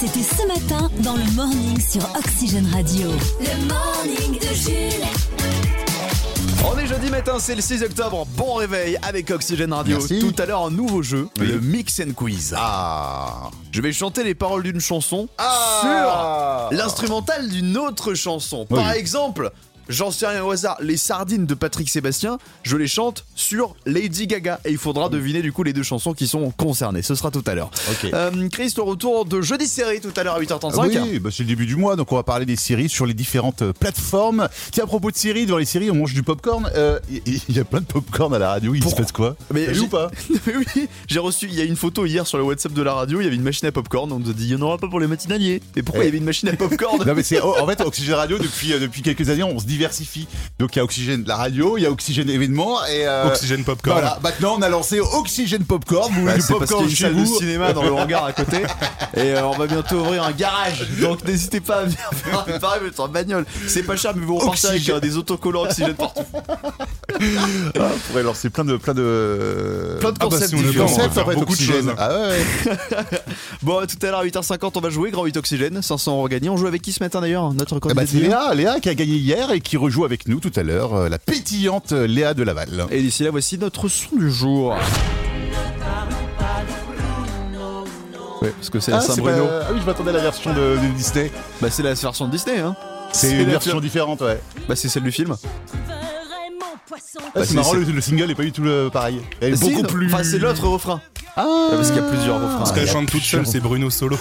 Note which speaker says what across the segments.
Speaker 1: C'était ce matin dans le morning sur Oxygène Radio. Le morning de Jules.
Speaker 2: On est jeudi matin, c'est le 6 octobre. Bon réveil avec Oxygène Radio.
Speaker 3: Merci.
Speaker 2: Tout à l'heure, un nouveau jeu,
Speaker 3: Oui.
Speaker 2: le Mix and Quiz.
Speaker 3: Ah.
Speaker 2: Je vais chanter les paroles d'une chanson
Speaker 3: Ah.
Speaker 2: sur l'instrumental d'une autre chanson. Par
Speaker 3: Oui.
Speaker 2: exemple, j'en sais rien au hasard, les sardines de Patrick Sébastien, je les chante sur Lady Gaga. Et il faudra deviner du coup les deux chansons qui sont concernées. Ce sera tout à l'heure.
Speaker 3: Ok.
Speaker 2: Euh, Chris, au retour de jeudi série tout à l'heure à 8h35.
Speaker 3: Oui, bah c'est le début du mois, donc on va parler des séries sur les différentes euh, plateformes. Tiens, à propos de séries, dans les séries, on mange du popcorn. Euh, Il y, y a plein de popcorn à la radio, il
Speaker 2: Pourquoi
Speaker 3: se passe quoi T'as vu
Speaker 2: j'ai-
Speaker 3: ou pas
Speaker 2: Mais oui, j'ai reçu. Il y a une photo hier sur le WhatsApp de la radio. Il y avait une machine à popcorn. On nous a dit il n'y en aura pas pour les matinaliers. Et pourquoi il y avait une machine à popcorn
Speaker 3: Eh. Non mais c'est oh, en fait Oxygène Radio depuis euh, depuis quelques années on se diversifie donc il y a Oxygène la radio il y a Oxygène événement et euh,
Speaker 4: Oxygène Popcorn.
Speaker 3: voilà maintenant on a lancé Oxygène Popcorn vous voulez
Speaker 2: Bah,
Speaker 3: du
Speaker 2: c'est parce qu'il y a
Speaker 3: popcorn
Speaker 2: une
Speaker 3: chez
Speaker 2: salle de
Speaker 3: vous
Speaker 2: cinéma dans le hangar à côté et euh, on va bientôt ouvrir un garage donc n'hésitez pas à venir faire un pari mais en bagnole c'est pas cher mais vous repartez avec
Speaker 3: Oxygène.
Speaker 2: euh, des autocollants oxygène partout
Speaker 3: Ah, on pourrait lancer plein de plein de
Speaker 2: plein de
Speaker 4: Ah bah,
Speaker 2: concepts
Speaker 4: si on le
Speaker 3: de
Speaker 4: Plein
Speaker 2: différents.
Speaker 4: pense.
Speaker 3: concepts
Speaker 4: on va
Speaker 3: en fait
Speaker 4: faire beaucoup de
Speaker 3: Oxygène
Speaker 4: choses.
Speaker 3: ah ouais, ouais.
Speaker 2: bon à tout à l'heure à 8h50 on va jouer Grand 8 Oxygène 500 euros gagnés on joue avec qui ce matin d'ailleurs notre
Speaker 3: Eh
Speaker 2: candidat
Speaker 3: ben, c'est
Speaker 2: du jour
Speaker 3: Léa, Léa qui a gagné hier et qui rejoue avec nous tout à l'heure, euh, la pétillante Léa de Laval.
Speaker 2: et d'ici là voici notre son du jour Ouais, parce que c'est la
Speaker 3: Ah, c'est
Speaker 2: Saint-Bruno.
Speaker 3: pas- ah oui, je m'attendais à la version de, de Disney.
Speaker 2: Bah, c'est la version de Disney, hein.
Speaker 3: C'est
Speaker 2: la
Speaker 3: une version différente, ouais.
Speaker 2: Bah, c'est celle du film.
Speaker 1: Vraiment poisson.
Speaker 3: Ah,
Speaker 2: c'est-
Speaker 3: c'est marrant,
Speaker 2: c'est- Bah,
Speaker 3: le, le single est pas du tout le pareil. Elle est
Speaker 2: Si,
Speaker 3: beaucoup
Speaker 2: non.
Speaker 3: plus.
Speaker 2: Enfin, c'est l'autre refrain.
Speaker 3: Ah,
Speaker 2: parce qu'il Ah, y a plusieurs refrains.
Speaker 4: Parce qu'elle chante toute seule, c'est Bruno Solo.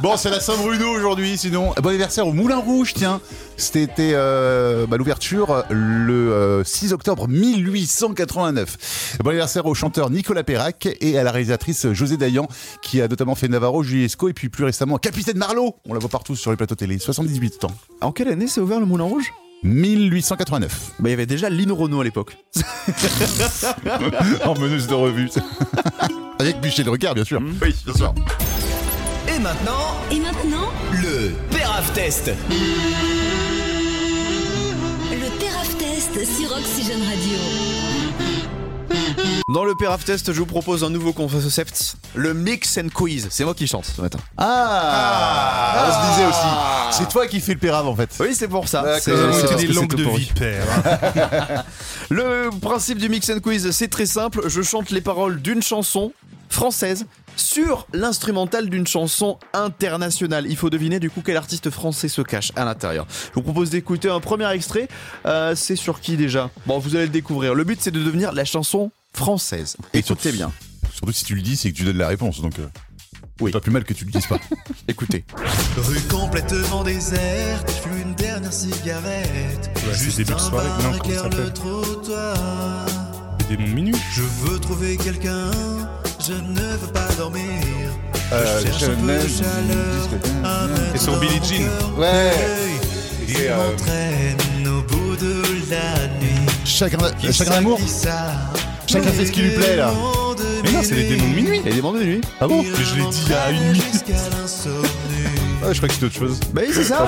Speaker 3: Bon, c'est la Saint-Bruno aujourd'hui, sinon. Bon anniversaire au Moulin Rouge, tiens. C'était euh, bah, l'ouverture euh, le euh, 6 octobre 1889. Bon anniversaire au chanteur Nicolas Perrac et à la réalisatrice José Dayan, qui a notamment fait Navarro, Juliesco et puis plus récemment Capitaine Marlowe. On la voit partout sur les plateaux télé. 78 ans.
Speaker 2: En quelle année s'est ouvert le Moulin Rouge
Speaker 3: 1889.
Speaker 2: Bah, il y avait déjà Lino Renault à l'époque.
Speaker 3: en meneuse de revue. Hmm. Avec Michel Ricard, bien sûr.
Speaker 2: Oui, bien sûr.
Speaker 5: Et maintenant,
Speaker 1: Et maintenant,
Speaker 5: le Pérave Test.
Speaker 1: le Teraf Test sur Oxygène Radio.
Speaker 2: Dans le Pérave Test, je vous propose un nouveau concept le mix and quiz. C'est moi qui chante ce matin.
Speaker 3: Ah, On se disait aussi. C'est toi qui fais le pérave en fait.
Speaker 2: Oui, c'est pour ça.
Speaker 3: D'accord.
Speaker 2: C'est-
Speaker 4: Nous avons
Speaker 2: c'est parce
Speaker 4: été
Speaker 2: que
Speaker 4: des langues
Speaker 2: c'est
Speaker 4: de
Speaker 2: pour-
Speaker 4: vipère.
Speaker 2: Le principe du mix and quiz, c'est très simple. Je chante les paroles d'une chanson française sur l'instrumental d'une chanson internationale. Il faut deviner du coup quel artiste français se cache à l'intérieur. Je vous propose d'écouter un premier extrait. Euh, c'est sur qui déjà Bon, vous allez le découvrir. Le but, c'est de devenir la chanson française.
Speaker 3: Et
Speaker 2: Écoutez bien.
Speaker 3: Surtout si tu le dis, c'est que tu donnes la réponse. Donc, euh,
Speaker 2: Oui.
Speaker 3: c'est pas plus mal que tu le dises pas.
Speaker 2: Écoutez.
Speaker 5: Rue complètement déserte, je fume une dernière cigarette.
Speaker 4: Ouais, c'est
Speaker 5: Juste
Speaker 4: début de
Speaker 5: un
Speaker 4: soirée,
Speaker 5: bar
Speaker 4: non, comment ça
Speaker 5: éclaire
Speaker 4: s'appelle
Speaker 5: le trottoir.
Speaker 4: Les démons de minuit.
Speaker 5: Je veux trouver quelqu'un, je ne veux pas dormir.
Speaker 3: Euh,
Speaker 5: je cherche un peu de
Speaker 3: Chanel,
Speaker 5: chaleur. un
Speaker 4: Et sur Billie Jean.
Speaker 3: Ouais.
Speaker 5: Il
Speaker 3: Et, euh,
Speaker 5: m'entraîne au bout de la nuit.
Speaker 3: Chacun, euh, chacun d'amour Chacun fait ce qui lui plaît, là.
Speaker 4: Mais non, c'est les démons de minuit.
Speaker 2: Et des bandes de nuit
Speaker 3: Ah bon
Speaker 4: Mais je l'ai dit il y a une minute.
Speaker 3: Ah, Je crois que c'est autre chose.
Speaker 2: Bah oui, c'est ça.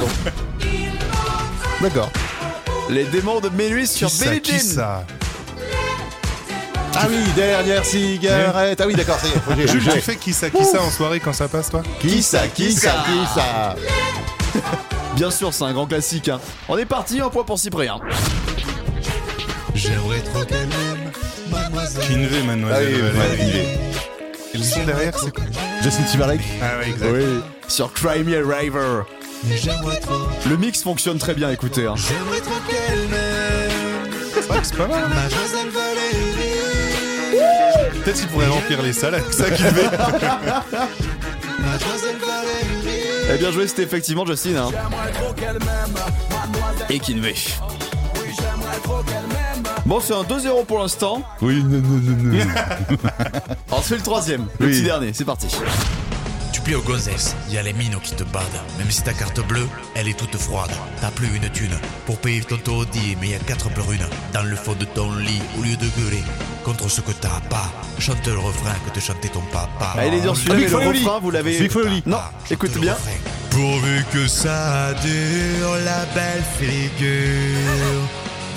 Speaker 3: D'accord.
Speaker 2: Les démons de minuit sur Billie
Speaker 4: qui
Speaker 2: Jean.
Speaker 4: ça
Speaker 3: Ah oui, dernière cigarette. Ah oui, d'accord, ça y est. faut que j'ai-
Speaker 4: Jules,
Speaker 3: j'ai-
Speaker 4: tu fais qui ça qui ça en soirée quand ça passe, toi
Speaker 3: Qui ça Qui ça Qui ça
Speaker 2: Bien sûr, c'est un grand classique. hein. On est parti, un point pour Cyprien.
Speaker 5: J'aimerais trop qu'elle m'aime, mademoiselle.
Speaker 4: Kinvey,
Speaker 3: Ah oui,
Speaker 4: mademoiselle.
Speaker 3: ouais,
Speaker 4: Valérie.
Speaker 3: il est-
Speaker 4: Et le son derrière, c'est quoi
Speaker 3: Justin Timberlake
Speaker 4: Ah ouais, exact.
Speaker 2: Oui. Sur Crimea River.
Speaker 5: J'aimerais trop,
Speaker 2: Le mix fonctionne très bien, écoutez. hein.
Speaker 5: j'aimerais trop qu'elle m'aime,
Speaker 4: C'est vrai que C'est pas mal. hein.
Speaker 5: mademoiselle Valérie.
Speaker 4: Peut-être qu'il pourrait remplir les salles avec ça, Kinvey.
Speaker 5: Mademoiselle Valérie.
Speaker 2: Eh bien joué, c'était effectivement Justin. Hein. Et Kinvey. Bon, c'est un 2-0 pour l'instant.
Speaker 3: Oui, non, non, non, non.
Speaker 2: On se fait le troisième, le
Speaker 3: Oui.
Speaker 2: petit dernier, c'est parti.
Speaker 6: Tu plais aux gonzesses, y a les mines qui te badent. Même si ta carte bleue, elle est toute froide. T'as plus une thune pour payer ton taudis, mais y a quatre brunes dans le fond de ton lit. Au lieu de gueuler contre ce que t'as pas, chante le refrain que te chantait ton papa.
Speaker 2: Ah, il est dur celui-là,
Speaker 3: Big
Speaker 2: mais le
Speaker 3: Folioli.
Speaker 2: refrain, vous l'avez.
Speaker 3: Big Folioli.
Speaker 2: Non,
Speaker 6: Ah, chante
Speaker 2: écoute
Speaker 6: le
Speaker 2: bien.
Speaker 6: refrain.
Speaker 5: Pourvu que ça dure la belle figure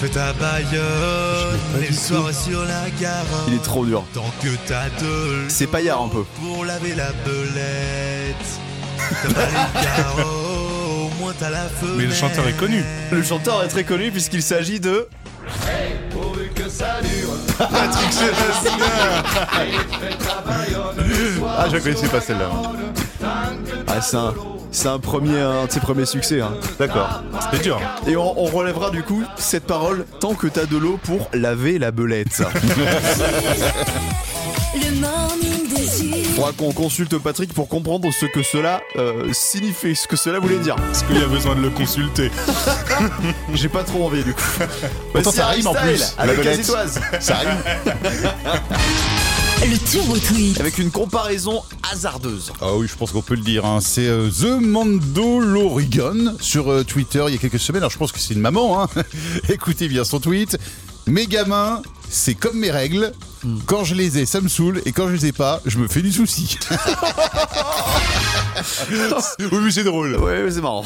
Speaker 5: Fais ta Bayonne,
Speaker 3: pas
Speaker 5: les
Speaker 3: du
Speaker 5: soirs sur la Garonne.
Speaker 2: Il est trop dur.
Speaker 5: Tant que t'as de l'eau
Speaker 2: C'est paillard un peu.
Speaker 5: Pour laver la belette. T'as pas les carreaux, au moins t'as la fenêtre.
Speaker 4: Mais le chanteur est connu.
Speaker 2: Le chanteur est très connu puisqu'il s'agit de.
Speaker 4: Patrick Sébastien
Speaker 3: Ah, je connaissais pas celle-là.
Speaker 2: Ah, c'est un, c'est un premier, un de ses premiers succès. hein.
Speaker 3: D'accord.
Speaker 4: C'est dur.
Speaker 2: Et on, on relèvera du coup cette parole tant que t'as de l'eau pour laver la belette.
Speaker 1: Le morning de Jules.
Speaker 2: Faudra qu'on consulte Patrick pour comprendre ce que cela euh, signifiait, ce que cela voulait dire.
Speaker 4: Est-ce qu'il y a besoin de le consulter
Speaker 2: J'ai pas trop envie du coup.
Speaker 3: Pourtant,
Speaker 2: Voici
Speaker 3: ça rime en
Speaker 2: Harry
Speaker 3: plus,
Speaker 2: Styles
Speaker 3: la
Speaker 2: Avec la
Speaker 3: belette.
Speaker 2: zitoise.
Speaker 3: Ça rime
Speaker 1: Le turbo tweet.
Speaker 2: Avec une comparaison hasardeuse.
Speaker 3: Ah oui, je pense qu'on peut le dire. hein. C'est euh, The Mandalorian sur euh, Twitter il y a quelques semaines. Alors je pense que c'est une maman. hein. Écoutez bien son tweet. Mes gamins, c'est comme mes règles. Quand je les ai, ça me saoule. Et quand je les ai pas, je me fais du souci. oui, mais c'est drôle.
Speaker 2: Ouais, mais c'est marrant.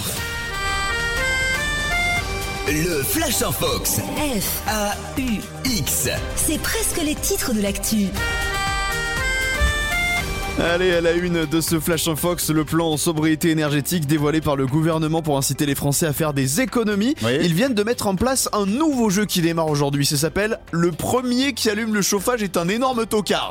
Speaker 7: Le Flash en Fox.
Speaker 1: F.
Speaker 7: X.
Speaker 1: C'est presque les titres de l'actu.
Speaker 2: Allez, à la une de ce Flash en Fox, le plan en sobriété énergétique dévoilé par le gouvernement pour inciter les Français à faire des économies.
Speaker 3: Oui.
Speaker 2: Ils viennent de mettre en place un nouveau jeu qui démarre aujourd'hui. Ça s'appelle Le premier qui allume le chauffage est un énorme tocard.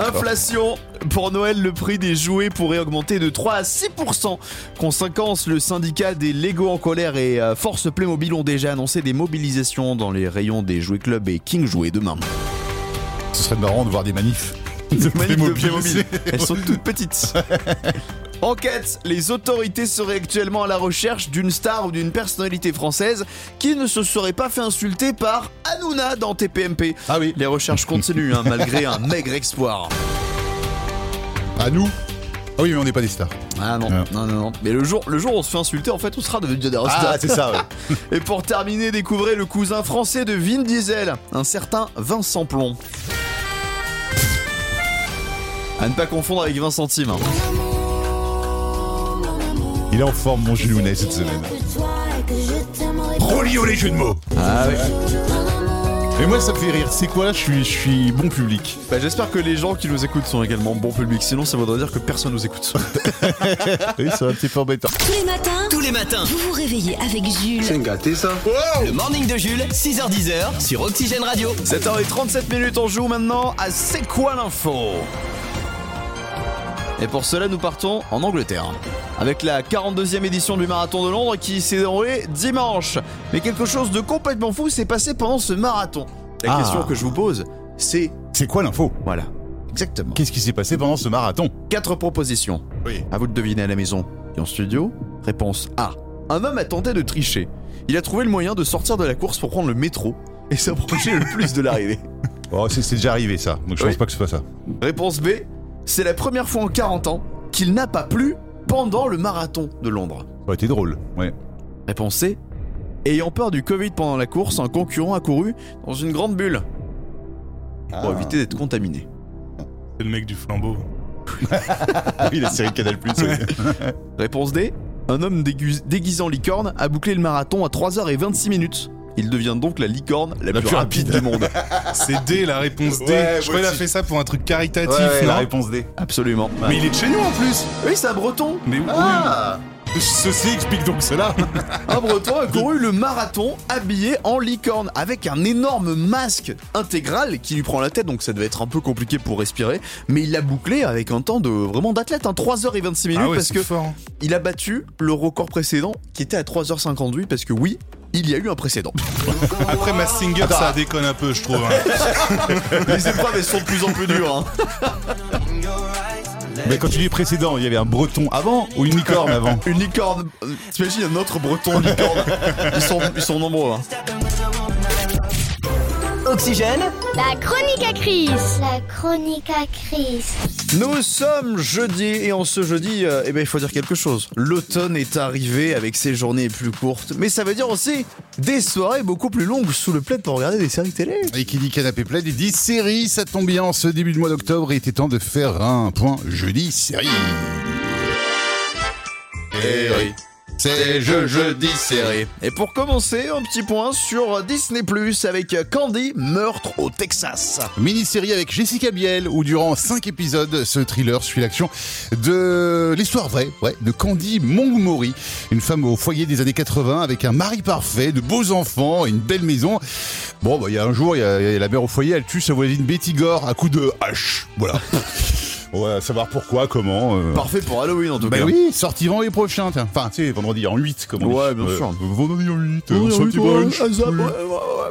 Speaker 2: Inflation. Pour Noël, le prix des jouets pourrait augmenter de 3 à 6%. Conséquence, le syndicat des Lego en colère et euh, Force Playmobil ont déjà annoncé des mobilisations dans les rayons des jouets club et King Jouet demain.
Speaker 3: Ce serait marrant de voir des manifs.
Speaker 2: Manip de
Speaker 3: Playmobil.
Speaker 2: Playmobil. Elles sont toutes petites. Enquête, les autorités seraient actuellement à la recherche d'une star ou d'une personnalité française qui ne se serait pas fait insulter par Hanouna dans TPMP.
Speaker 3: Ah oui,
Speaker 2: Les recherches continuent hein, malgré un maigre espoir.
Speaker 3: à nous. Ah oui, mais on n'est pas des stars.
Speaker 2: Ah non,
Speaker 3: Ah.
Speaker 2: non, non, non. Mais le jour, le jour où on se fait insulter, en fait, on sera devenu des stars.
Speaker 3: c'est ça.
Speaker 2: Et pour terminer, découvrez le cousin français de Vin Diesel, un certain Vincent Plomb. À ne pas confondre avec 20 centimes. hein.
Speaker 3: Il est en forme, mon Julounet, cette semaine. Prolio les jeux de mots. Et moi, ça me fait rire. C'est quoi Je suis, je suis bon public.
Speaker 2: Bah, J'espère que les gens qui nous écoutent sont également bon public, sinon ça voudrait dire que personne nous écoute.
Speaker 3: Oui, c'est un petit peu embêtant.
Speaker 1: Tous les matins,
Speaker 7: Tous les matins.
Speaker 1: vous vous réveillez avec Jules.
Speaker 7: Le morning de Jules, 6h10 sur Oxygène Radio.
Speaker 2: 7h37 minutes, on joue maintenant à C'est quoi l'info Et pour cela, nous partons en Angleterre. Avec la 42e édition du Marathon de Londres qui s'est déroulée dimanche. Mais quelque chose de complètement fou s'est passé pendant ce marathon. La
Speaker 3: Ah.
Speaker 2: question que je vous pose, c'est.
Speaker 3: C'est quoi l'info
Speaker 2: Voilà. Exactement.
Speaker 3: Qu'est-ce qui s'est passé pendant ce marathon
Speaker 2: Quatre propositions.
Speaker 3: Oui.
Speaker 2: À vous de deviner à la maison et en studio. Réponse A. Un homme a tenté de tricher. Il a trouvé le moyen de sortir de la course pour prendre le métro et s'approcher le plus de l'arrivée.
Speaker 3: Oh, c'est c'est déjà arrivé ça, donc je
Speaker 2: Oui.
Speaker 3: pense pas que ce soit ça.
Speaker 2: Réponse B. C'est la première fois en 40 ans qu'il n'a pas plu pendant le marathon de Londres.
Speaker 3: Ouais, Bah, t'es drôle. Ouais.
Speaker 2: Réponse C. Ayant peur du Covid pendant la course, un concurrent a couru dans une grande bulle pour éviter d'être contaminé.
Speaker 4: C'est le mec du flambeau.
Speaker 3: Ah oui, la série Canal Plus.
Speaker 2: Réponse D. Un homme déguis- déguisé en licorne a bouclé le marathon à 3h26 minutes. Il devient donc la licorne la, plus,
Speaker 3: plus
Speaker 2: rapide du monde.
Speaker 4: C'est D, la réponse D.
Speaker 3: Ouais,
Speaker 4: je
Speaker 3: moi
Speaker 4: crois qu'il a
Speaker 3: aussi.
Speaker 4: fait ça pour un truc caritatif, non
Speaker 3: la réponse D.
Speaker 2: Absolument.
Speaker 4: Mais il est de chez nous en plus
Speaker 2: Oui, c'est un breton.
Speaker 4: Mais
Speaker 2: Ah
Speaker 4: oui Ceci explique donc cela
Speaker 2: Un breton a couru le marathon habillé en licorne avec un énorme masque intégral qui lui prend la tête, donc ça devait être un peu compliqué pour respirer. Mais il l'a bouclé avec un temps de vraiment d'athlète, hein, 3h26 minutes,
Speaker 4: Ah ouais,
Speaker 2: parce
Speaker 4: c'est
Speaker 2: que
Speaker 4: fort, hein.
Speaker 2: il a battu le record précédent qui était à 3h58, parce que oui, il y a eu un précédent.
Speaker 4: Après Mass Singer, ça déconne un peu, je trouve. hein.
Speaker 2: Les épreuves elles sont de plus en plus dures. hein.
Speaker 3: Mais quand tu dis précédent, il y avait un breton avant ou une licorne
Speaker 2: Ah
Speaker 3: avant
Speaker 2: Une licorne. euh, T'imagines un autre breton licorne. Ils sont, ils sont nombreux. hein.
Speaker 7: Oxygène
Speaker 8: La chronique à Chris. La chronique à Chris.
Speaker 2: Nous sommes jeudi et en ce jeudi, euh, eh ben, il faut dire quelque chose. L'automne est arrivé avec ses journées plus courtes, mais ça veut dire aussi des soirées beaucoup plus longues sous le plaid pour regarder des séries télé.
Speaker 3: Et qui dit canapé plein, il dit série. Ça tombe bien, en ce début de mois d'octobre, il était temps de
Speaker 2: Eh
Speaker 3: faire un point jeudi série. Eh C'est jeu jeudi serré.
Speaker 2: Et pour commencer, un petit point sur Disney Plus avec Candy, meurtre au Texas.
Speaker 3: Mini-série avec Jessica Biel où durant 5 épisodes, ce thriller suit l'action de l'histoire vraie, ouais, de Candy Montgomery, une femme au foyer des années 80 avec un mari parfait, de beaux enfants et une belle maison. Bon, bah, il y a un jour, il y, a- il y a la mère au foyer, elle tue sa voisine Betty Gore à coup de hache. Voilà. On va savoir pourquoi, comment. euh.
Speaker 2: Parfait pour Halloween en tout
Speaker 3: Bah
Speaker 2: cas.
Speaker 3: oui, sorti vendredi prochain, tiens. Enfin, tu sais, vendredi en 8, comme on dit.
Speaker 2: Ouais, bien
Speaker 3: Euh,
Speaker 2: sûr.
Speaker 3: Vendredi en 8, euh, on se fait un petit brunch. Oui.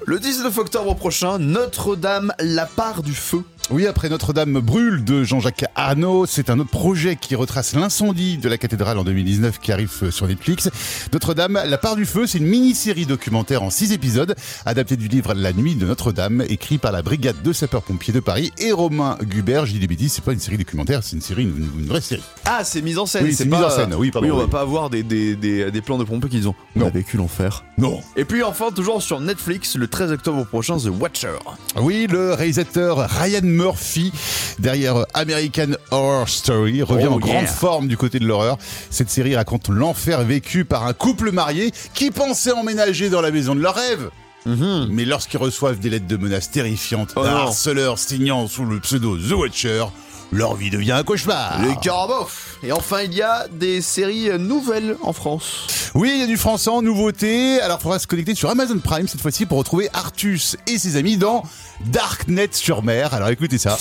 Speaker 2: Le 19 octobre prochain, Notre-Dame, la part du feu.
Speaker 3: Oui, après Notre-Dame brûle de Jean-Jacques Arnaud, c'est un autre projet qui retrace l'incendie de la cathédrale en 2019 qui arrive euh, sur Netflix. Notre-Dame, La part du feu, c'est une mini-série documentaire en 6 épisodes, adaptée du livre La nuit de Notre-Dame, écrit par la brigade de sapeurs-pompiers de Paris et Romain Gubert. J'ai dit des bêtises, c'est pas une série documentaire, c'est une série, une, une vraie série.
Speaker 2: Ah, c'est mise en scène.
Speaker 3: Oui, c'est mise
Speaker 2: pas,
Speaker 3: en scène, oui, pardon,
Speaker 2: on
Speaker 3: oui.
Speaker 2: va pas avoir des, des, des, des plans de pompiers qui disent on
Speaker 3: Non.
Speaker 2: a vécu l'enfer.
Speaker 3: Non.
Speaker 2: Et puis enfin, toujours sur Netflix, le 13 octobre prochain, The Watcher.
Speaker 3: Oui, le réalisateur Ryan Murphy, derrière American Horror Story, revient
Speaker 2: Oh,
Speaker 3: en
Speaker 2: yeah.
Speaker 3: grande forme du côté de l'horreur. Cette série raconte l'enfer vécu par un couple marié qui pensait emménager dans la maison de leurs rêves. Mais lorsqu'ils reçoivent des lettres de menaces terrifiantes
Speaker 2: Mhm. Oh
Speaker 3: d'un
Speaker 2: non.
Speaker 3: harceleur signant sous le pseudo The Watcher, leur vie devient un cauchemar.
Speaker 2: Les Karabof. Et enfin, il y a des séries nouvelles en France.
Speaker 3: Oui, il y a du français en nouveauté. Alors, il faudra se connecter sur Amazon Prime cette fois-ci pour retrouver Artus et ses amis dans Darknet sur mer. Alors, écoutez ça.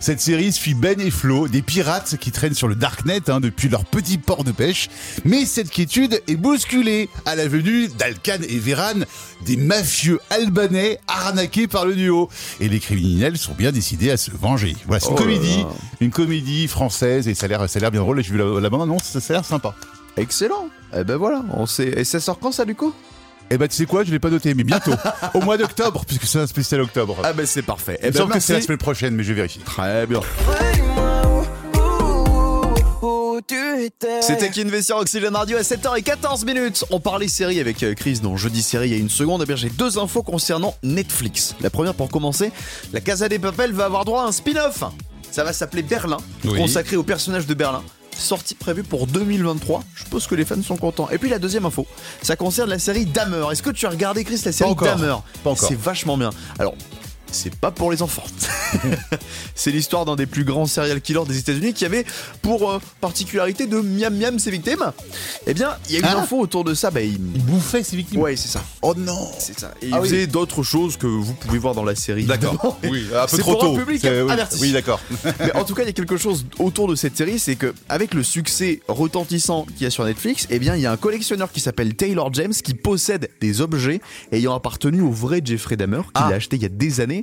Speaker 3: Cette série suit Ben et Flo, des pirates qui traînent sur le Darknet hein, depuis leur petit port de pêche. Mais cette quiétude est bousculée à la venue d'Alkan et Véran, des mafieux albanais arnaqués par le duo. Et les criminels sont bien décidés à se venger. Voilà, c'est une
Speaker 2: Oh là
Speaker 3: comédie,
Speaker 2: là.
Speaker 3: une comédie française et ça a l'air ça a l'air bien drôle. J'ai vu la, la bande-annonce, ça a l'air sympa.
Speaker 2: Excellent. Et ben voilà, on sait. Et ça sort quand ça du coup
Speaker 3: Eh ben tu sais quoi, je l'ai pas noté, mais bientôt, au mois d'octobre, puisque c'est un spécial octobre.
Speaker 2: Ah ben c'est parfait.
Speaker 3: Il
Speaker 2: Eh
Speaker 3: me
Speaker 2: ben
Speaker 3: semble que c'est la
Speaker 2: merci.
Speaker 3: semaine prochaine, mais je vérifie.
Speaker 2: Très bien. C'était Kinvé sur Oxygène Radio à 7h14 minutes. On parlait série avec euh, Chris dans Jeudi Série il y a une seconde. Eh bien, j'ai deux infos concernant Netflix. La première pour commencer, la Casa des Papel va avoir droit à un spin-off. Ça va s'appeler Berlin,
Speaker 3: Oui.
Speaker 2: consacré au personnage de Berlin. Sortie prévue pour 2023. Je pense que les fans sont contents. Et puis la deuxième info, ça concerne la série Dahmer. Est-ce que tu as regardé Chris la série
Speaker 3: encore.
Speaker 2: Dahmer
Speaker 3: Pas encore.
Speaker 2: C'est vachement bien. Alors, c'est pas pour les enfants. C'est l'histoire d'un des plus grands serial killers des États-Unis qui avait pour euh, particularité de miam miam ses victimes. Eh bien, il y a une
Speaker 3: Hein
Speaker 2: info autour de ça. Bah, il...
Speaker 3: bouffait ses victimes
Speaker 2: Ouais, c'est ça.
Speaker 3: Oh non
Speaker 2: C'est ça. Et
Speaker 3: Ah
Speaker 2: il
Speaker 3: oui.
Speaker 2: faisait d'autres choses que vous pouvez voir dans la série.
Speaker 3: D'accord.
Speaker 2: évidemment.
Speaker 3: Oui, un peu
Speaker 2: C'est
Speaker 3: trop
Speaker 2: pour un
Speaker 3: tôt.
Speaker 2: public
Speaker 3: C'est- oui.
Speaker 2: averti.
Speaker 3: Oui, d'accord.
Speaker 2: Mais en tout cas, il y a quelque chose autour de cette série, c'est que avec le succès retentissant qu'il y a sur Netflix, eh bien, il y a un collectionneur qui s'appelle Taylor James qui possède des objets ayant appartenu au vrai Jeffrey Dahmer qu'il
Speaker 3: Ah.
Speaker 2: a acheté il y a des années.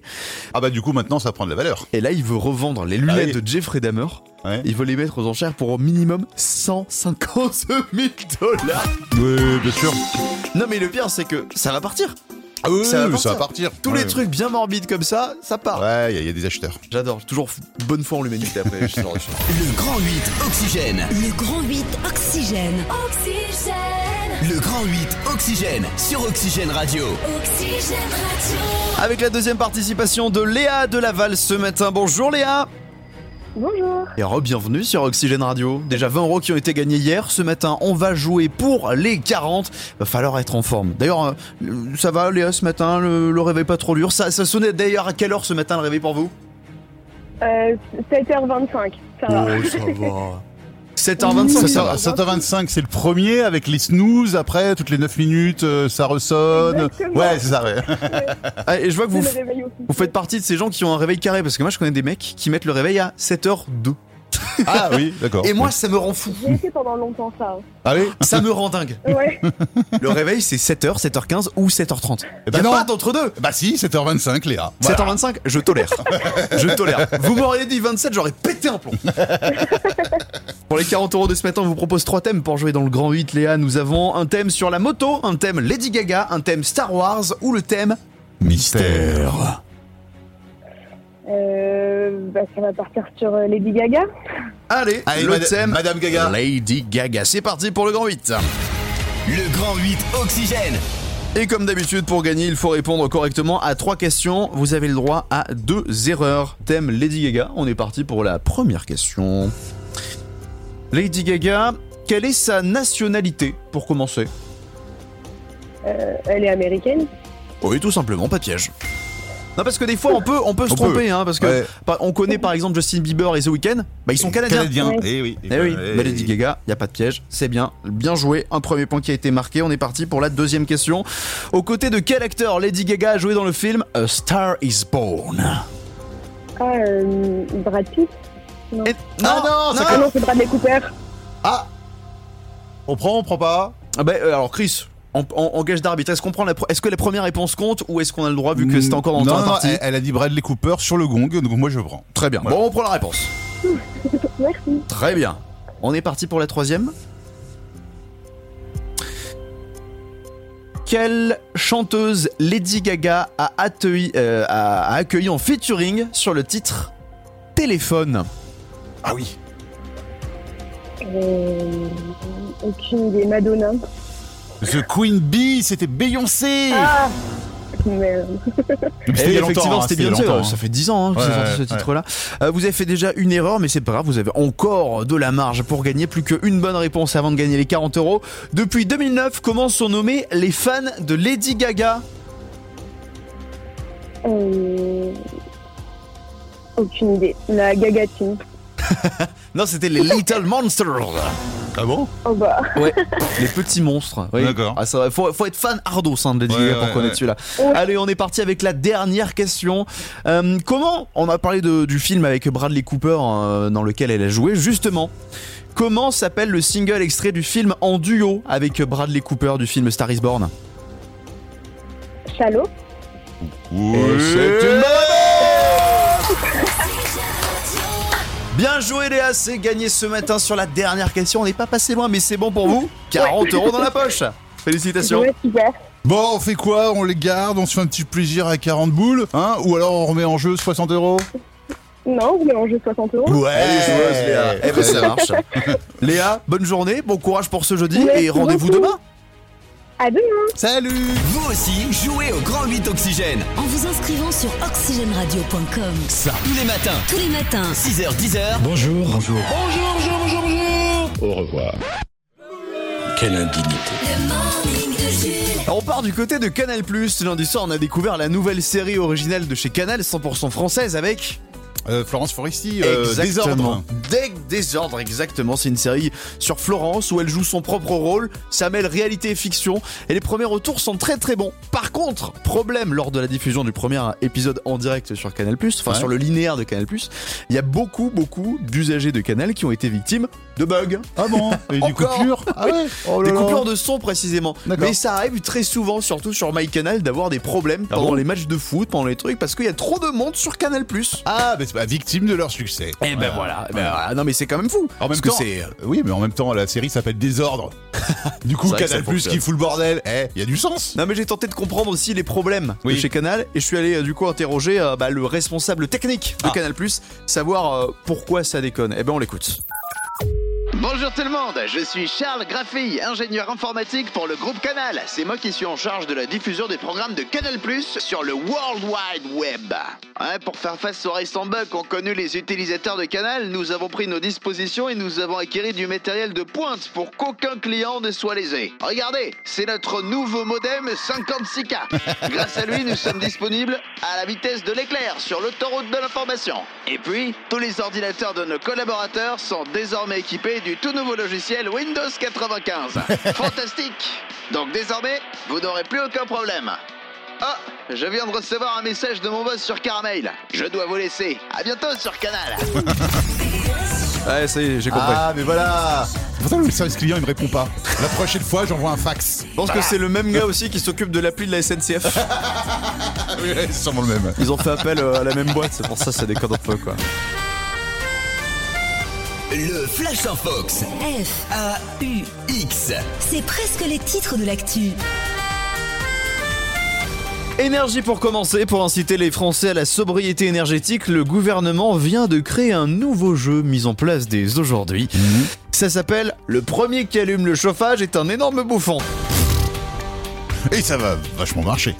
Speaker 3: Ah bah du coup, maintenant, ça prend de la valeur.
Speaker 2: Et là, il veut revendre les lunettes
Speaker 3: Ah oui.
Speaker 2: de Jeffrey Dahmer.
Speaker 3: Ouais.
Speaker 2: Il veut les mettre aux enchères pour au minimum 150 000 dollars.
Speaker 3: Oui, bien sûr.
Speaker 2: Non, mais le pire, c'est que ça va partir.
Speaker 3: Ah oui,
Speaker 2: Ça va
Speaker 3: oui,
Speaker 2: partir.
Speaker 3: ça va partir.
Speaker 2: Tous
Speaker 3: Ouais. Ah
Speaker 2: les trucs bien morbides comme ça, ça part.
Speaker 3: Ouais, il y a- il y, a des acheteurs.
Speaker 2: J'adore. Toujours f- bonne foi en l'humanité après. je sors de chez moi.
Speaker 7: Le Grand 8 Oxygène.
Speaker 1: Le grand 8 Oxygène. Oxygène.
Speaker 7: Le Grand 8 Oxygène sur Oxygène Radio.
Speaker 1: Oxygène Radio.
Speaker 2: Avec la deuxième participation de Léa de Laval ce matin. Bonjour Léa.
Speaker 8: Bonjour.
Speaker 2: Et re-bienvenue sur Oxygène Radio. Déjà 20 euros qui ont été gagnés hier. Ce matin, on va jouer pour les 40. Va falloir être en forme. D'ailleurs, euh, le- ça va Léa ce matin Le, le réveil pas trop dur Ça, ça sonnait d'ailleurs à quelle heure ce matin le réveil pour vous
Speaker 9: Euh, 7h25, ça va.
Speaker 2: Oh, ça va. 7h25, ça va.
Speaker 3: 7h25, c'est le premier avec les snooze. Après, toutes les 9 minutes, euh, ça ressonne.
Speaker 9: Exactement.
Speaker 3: Ouais, c'est ça, ouais.
Speaker 2: Ah, Et je vois que vous,
Speaker 9: C'est le réveil officiel.
Speaker 2: vous faites partie de ces gens qui ont un réveil carré parce que moi je connais des mecs qui mettent le réveil à 7h02.
Speaker 3: Ah oui, d'accord. Ah
Speaker 2: Et moi ça me rend fou.
Speaker 9: J'ai été pendant longtemps ça.
Speaker 3: Allez
Speaker 2: Ça me rend dingue.
Speaker 9: Ouais.
Speaker 2: Le réveil c'est 7h, 7h15 ou 7h30.
Speaker 3: Eh ben
Speaker 2: y a
Speaker 3: non.
Speaker 2: pas d'entre deux.
Speaker 3: Bah si, 7h25, Léa. Voilà.
Speaker 2: 7h25, je tolère. je tolère. Vous m'auriez dit 27, j'aurais pété un plomb. pour les 40 euros de ce matin, on vous propose trois thèmes pour jouer dans le grand 8, Léa. Nous avons un thème sur la moto, un thème Lady Gaga, un thème Star Wars ou le thème
Speaker 3: Mystère.
Speaker 9: Euh, bah, ça va partir sur euh, Lady Gaga.
Speaker 2: Allez,
Speaker 3: Allez,
Speaker 2: le
Speaker 3: Mada-
Speaker 2: thème
Speaker 3: Madame Gaga.
Speaker 2: Lady Gaga. C'est parti pour le grand 8.
Speaker 7: Le Grand 8 Oxygène.
Speaker 2: Et comme d'habitude, pour gagner, il faut répondre correctement à trois questions. Vous avez le droit à deux erreurs. Thème Lady Gaga. On est parti pour la première question. Lady Gaga, Quelle est sa nationalité, pour commencer
Speaker 9: Euh, elle est américaine.
Speaker 2: Oui, tout simplement, pas de piège. Non, parce que des fois, on peut, on peut Oh. se
Speaker 3: On peut.
Speaker 2: tromper, hein, parce que
Speaker 3: Ouais.
Speaker 2: par- on connaît par exemple Justin Bieber et The Weeknd, bah ils sont canadiens.
Speaker 9: Ouais.
Speaker 3: Eh oui.
Speaker 2: Eh oui,
Speaker 3: Eh
Speaker 2: bah, Lady Gaga, il a pas de piège, c'est bien, bien joué, un premier point qui a été marqué, on est parti pour la deuxième question. Aux côtés de quel acteur Lady Gaga a joué dans le film A Star is Born
Speaker 9: Ah, euh, Brad Pitt.
Speaker 2: Et-
Speaker 3: Ah non, ça
Speaker 9: Ah non, c'est Bradley Cooper.
Speaker 3: On prend, on prend pas.
Speaker 2: Ah bah, euh, alors Chris, en, en- en gage d'arbitre, est-ce qu'on prend la pro- est-ce que la première réponse compte ou est-ce qu'on a le droit vu que c'était encore dans le
Speaker 3: non,
Speaker 2: temps
Speaker 3: non,
Speaker 2: imparti
Speaker 3: elle, elle a dit Bradley Cooper sur le gong, donc moi je prends.
Speaker 2: Très bien.
Speaker 3: Voilà.
Speaker 2: Bon, on prend la réponse.
Speaker 9: Merci.
Speaker 2: Très bien. On est parti pour la troisième. Quelle chanteuse Lady Gaga a, attei- euh, a- a accueilli en featuring sur le titre Téléphone
Speaker 3: Ah oui.
Speaker 9: Euh, aucune idée. Madonna.
Speaker 3: The Queen Bee, c'était Beyoncé.
Speaker 9: Ah Mais, euh,
Speaker 3: Mais
Speaker 2: Eh oui,
Speaker 3: c'était il y a longtemps,
Speaker 2: effectivement,
Speaker 3: hein,
Speaker 2: c'était
Speaker 3: il y a
Speaker 2: bien sûr.
Speaker 3: longtemps,
Speaker 2: Ça
Speaker 3: hein.
Speaker 2: fait 10 ans hein, que
Speaker 3: Ouais,
Speaker 2: c'est sorti
Speaker 3: ouais,
Speaker 2: ce
Speaker 3: ouais.
Speaker 2: titre-là. Euh, vous avez fait déjà une erreur, mais c'est pas grave, vous avez encore de la marge pour gagner. Plus qu'une bonne réponse avant de gagner les 40 euros. Depuis 2009, comment sont nommés les fans de Lady Gaga
Speaker 9: euh, aucune idée. La Gaga Team.
Speaker 2: Non, c'était les Little Monsters.
Speaker 3: Ah bon
Speaker 9: Oh bah.
Speaker 2: Ouais, les petits monstres. oui.
Speaker 3: D'accord.
Speaker 2: Ah, ça va, faut, faut être fan ardos hein, de Lady
Speaker 3: Ouais,
Speaker 2: Gaga pour
Speaker 3: ouais,
Speaker 2: connaître
Speaker 3: ouais.
Speaker 2: celui-là.
Speaker 9: Ouais.
Speaker 2: Allez, on est parti avec la dernière question. Euh, comment on a parlé de- du film avec Bradley Cooper euh, dans lequel elle a joué justement Comment s'appelle le single extrait du film en duo avec Bradley Cooper du film Star Is Born
Speaker 9: Shallow.
Speaker 2: Et
Speaker 3: Oui.
Speaker 2: c'est une bonne- Bien joué Léa, c'est gagné ce matin sur la dernière question. On n'est pas passé loin, mais c'est bon pour vous. 40 euros dans la poche. Félicitations.
Speaker 9: Ouais, super.
Speaker 3: Bon, on fait quoi On les garde, on se fait un petit plaisir à 40 boules, hein Ou alors on remet en jeu 60 euros
Speaker 9: Non, vous voulez en jeu 60 euros
Speaker 3: Ouais
Speaker 2: Eh ben, ça marche. Léa, bonne journée, bon courage pour ce jeudi
Speaker 9: Merci
Speaker 2: et rendez-vous
Speaker 9: beaucoup.
Speaker 2: demain.
Speaker 9: À demain
Speaker 3: Salut
Speaker 7: Vous aussi, jouez au Grand 8 Oxygène.
Speaker 1: En vous inscrivant sur oxygèneradio.com.
Speaker 7: Ça, tous les matins,
Speaker 1: Tous les matins,
Speaker 7: 6h, 10h.
Speaker 1: le morning de Jules.
Speaker 2: On part du côté de Canal+. Lundi soir, on a découvert la nouvelle série originale de chez Canal 100% française avec
Speaker 3: Euh, Florence Foresti, euh,
Speaker 2: Exactement.
Speaker 3: désordre.
Speaker 2: Dès désordre, exactement. C'est une série sur Florence où elle joue son propre rôle. Ça mêle réalité et fiction. Et les premiers retours sont très très bons. Par contre, problème lors de la diffusion du premier épisode en direct sur Canal+, enfin
Speaker 3: Ouais.
Speaker 2: sur le linéaire de Canal+, il y a beaucoup beaucoup d'usagers de Canal qui ont été victimes de bugs.
Speaker 3: Ah bon Et du
Speaker 2: Encore
Speaker 3: coupure Ah ouais oh là
Speaker 2: Des
Speaker 3: là.
Speaker 2: coupures de son précisément.
Speaker 3: D'accord.
Speaker 2: Mais ça arrive très souvent, surtout sur MyCanal, d'avoir des problèmes
Speaker 3: Ah
Speaker 2: pendant
Speaker 3: bon
Speaker 2: les matchs de foot, pendant les trucs, parce qu'il y a trop de monde sur Canal+.
Speaker 3: Ah, bah c'est pas victime de leur succès.
Speaker 2: Eh ben voilà, eh ben voilà. non mais c'est quand même fou.
Speaker 3: En même
Speaker 2: parce que
Speaker 3: temps-
Speaker 2: c'est
Speaker 3: euh, Oui, mais en même temps, la série s'appelle Désordre. du coup,
Speaker 2: C'est vrai que ça
Speaker 3: Canal Plus
Speaker 2: fonctionne.
Speaker 3: qui fout le bordel. Eh, il y a du sens.
Speaker 2: Non mais j'ai tenté de comprendre aussi les problèmes de
Speaker 3: Oui.
Speaker 2: chez Canal et je suis allé euh, du coup interroger euh, bah, le responsable technique de Canal savoir euh, pourquoi ça déconne. Eh ben on l'écoute.
Speaker 10: Bonjour tout le monde, je suis Charles Graffy, ingénieur informatique pour le groupe Canal. C'est moi qui suis en charge de la diffusion des programmes de Canal Plus sur le World Wide Web. Hein, pour faire face aux rails sans bug qu'ont connu les utilisateurs de Canal, nous avons pris nos dispositions et nous avons acquéri du matériel de pointe pour qu'aucun client ne soit lésé. Regardez, c'est notre nouveau modem 56K. Grâce à lui, nous sommes disponibles à la vitesse de l'éclair sur l'autoroute de l'information. Et puis, tous les ordinateurs de nos collaborateurs sont désormais équipés du tout nouveau logiciel Windows 95. Fantastique Donc désormais, vous n'aurez plus aucun problème. Ah, je viens de recevoir un message de mon boss sur Carmail. Je dois vous laisser. À bientôt sur Canal.
Speaker 2: Ouais ça y est, j'ai compris.
Speaker 3: Ah, mais voilà. C'est pour ça que le service client, il me répond pas. La prochaine fois, j'envoie un fax.
Speaker 2: Je pense
Speaker 10: bah.
Speaker 2: que c'est le même gars aussi qui s'occupe de l'appli de la SNCF.
Speaker 3: Ah oui, c'est sûrement le même.
Speaker 2: Ils ont fait appel euh, à la même boîte, c'est pour ça que ça déconne un peu quoi.
Speaker 7: Le Flash en Fox.
Speaker 1: F,
Speaker 7: A-U-X.
Speaker 1: c'est presque les titres de l'actu.
Speaker 2: Énergie pour commencer, pour inciter les Français à la sobriété énergétique, le gouvernement vient de créer un nouveau jeu mis en place dès aujourd'hui. Ça s'appelle Le premier qui allume le chauffage est un énorme bouffon.
Speaker 3: Et ça va vachement marcher.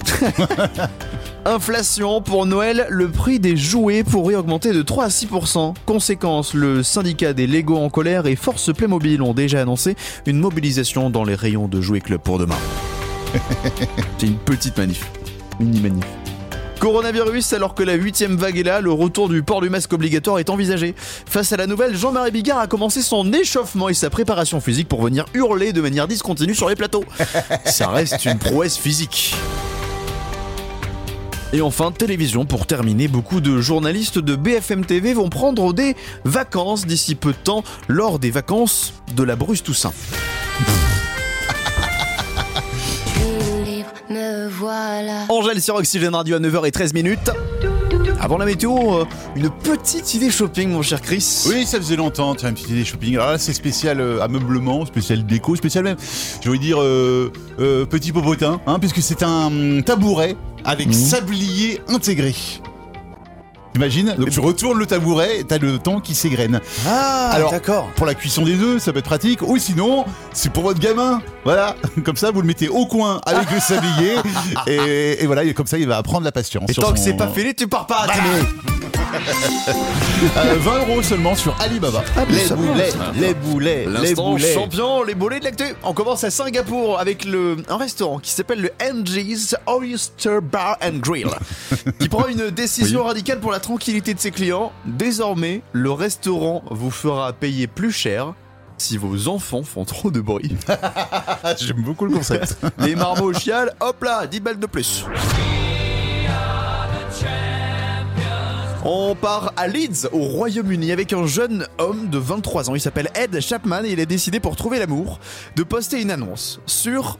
Speaker 2: Inflation, pour Noël, le prix des jouets pourrait augmenter de 3 à 6%. Conséquence, le syndicat des Lego en colère et Force Playmobil ont déjà annoncé une mobilisation dans les rayons de Jouets Club pour demain. C'est une petite manif. Mini manif. Coronavirus, alors que la huitième vague est là, le retour du port du masque obligatoire est envisagé. Face à la nouvelle, Jean-Marie Bigard a commencé son échauffement et sa préparation physique pour venir hurler de manière discontinue sur les plateaux. Ça reste une prouesse physique. Et enfin, télévision, pour terminer, beaucoup de journalistes de BFM TV vont prendre des vacances d'ici peu de temps, lors des vacances de la Bruce Toussaint.
Speaker 11: Me voilà.
Speaker 2: Angèle sur Oxygène Radio à 9h13 minutes. Avant la météo, euh, une petite idée shopping, mon cher Chris.
Speaker 3: Oui, ça faisait longtemps, tu as une petite idée shopping. Alors là, c'est spécial euh, ameublement, spécial déco, spécial même, je envie de dire, euh, euh, petit popotin, hein, puisque c'est un hum, tabouret avec sablier intégré. T'imagines Donc tu retournes le tabouret, t'as le temps qui s'égrène.
Speaker 2: Ah,
Speaker 3: Alors, pour la cuisson des œufs, ça peut être pratique. Ou sinon, c'est pour votre gamin. Voilà, comme ça, vous le mettez au coin avec le sablier. Et, et voilà, et comme ça, il va apprendre la patience.
Speaker 2: Et
Speaker 3: sur
Speaker 2: tant que
Speaker 3: son-
Speaker 2: c'est pas fini, tu pars pas à
Speaker 3: Euh, 20 euros seulement sur Alibaba.
Speaker 2: Ah,
Speaker 3: les boulets, les boulets, les
Speaker 2: L'instant
Speaker 3: boulets.
Speaker 2: champion, les boulets de l'actu. On commence à Singapour avec le, un restaurant qui s'appelle le NG's Oyster Bar and Grill, qui prend une décision radicale pour la tranquillité de ses clients. Désormais, le restaurant vous fera payer plus cher si vos enfants font trop de bruit.
Speaker 3: Ah, J'aime beaucoup le concept.
Speaker 2: Les marmots au chial, hop là, 10 balles de plus. On part à Leeds, au Royaume-Uni, avec un jeune homme de 23 ans. Il s'appelle Ed Chapman et il a décidé, pour trouver l'amour, de poster une annonce sur.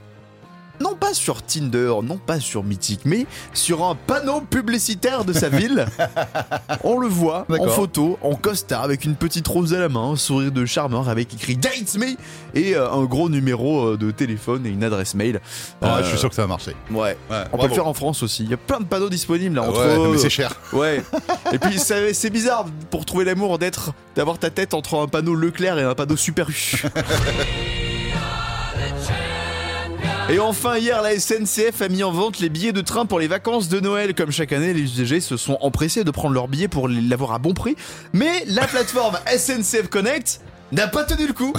Speaker 2: Non pas sur Tinder, non pas sur Mythique, mais sur un panneau publicitaire de sa ville. On le voit en
Speaker 3: D'accord.
Speaker 2: photo, en costard, avec une petite rose à la main, un sourire de charmeur, avec écrit Date Me et euh, un gros numéro euh, de téléphone et une adresse mail.
Speaker 3: Ah,
Speaker 2: Euh,
Speaker 3: je suis sûr que ça a marché.
Speaker 2: Ouais. On peut
Speaker 3: bravo. Ah
Speaker 2: le faire en France aussi. Il y a plein de panneaux disponibles là. Entre
Speaker 3: Ouais, mais
Speaker 2: euh,
Speaker 3: c'est cher.
Speaker 2: Ouais. et puis ça- c'est bizarre pour trouver l'amour d'être, d'avoir ta tête entre un panneau Leclerc et un panneau Super U. Et enfin, hier, la SNCF a mis en vente les billets de train pour les vacances de Noël. Comme chaque année, les usagers se sont empressés de prendre leurs billets pour les- l'avoir à bon prix. Mais la plateforme SNCF Connect n'a pas tenu le coup.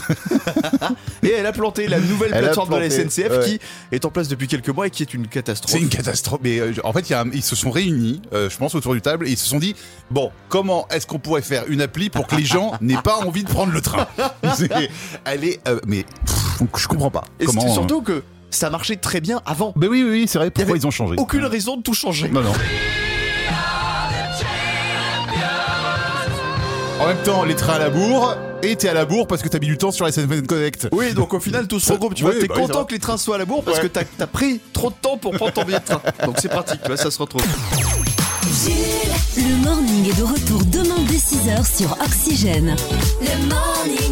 Speaker 2: et elle a planté la nouvelle
Speaker 3: Elle a
Speaker 2: plateforme de la
Speaker 3: planté,
Speaker 2: SNCF
Speaker 3: ouais.
Speaker 2: qui est en place depuis quelques mois et qui est une catastrophe.
Speaker 3: C'est une catastrophe. Mais euh, en fait, il y a un- ils se sont réunis, euh, je pense, autour du table et ils se sont dit bon, comment est-ce qu'on pourrait faire une appli pour que les gens n'aient pas envie de prendre le train C'est- Elle est. euh, mais pff, je comprends pas.
Speaker 2: Et
Speaker 3: comment hein
Speaker 2: c'est surtout que ça marchait très bien avant.
Speaker 3: Mais oui, oui, oui, c'est vrai. Pourquoi
Speaker 2: avait
Speaker 3: ils ont changé
Speaker 2: Aucune raison de tout changer.
Speaker 3: Non, non. En même temps, les trains à la bourre, et t'es à la bourre parce que t'as mis du temps sur la SNCF Connect.
Speaker 2: Oui, donc au final, tout se regroupe. Tu
Speaker 3: Oui,
Speaker 2: vois, t'es
Speaker 3: bah oui, ça
Speaker 2: content
Speaker 3: va.
Speaker 2: que les trains soient à la bourre parce
Speaker 3: Ouais.
Speaker 2: que t'as t'as pris trop de temps pour prendre ton billet de train. Donc c'est pratique, tu vois, ça se retrouve.
Speaker 1: Le morning est de retour demain dès 6h sur Oxygène.
Speaker 11: Le morning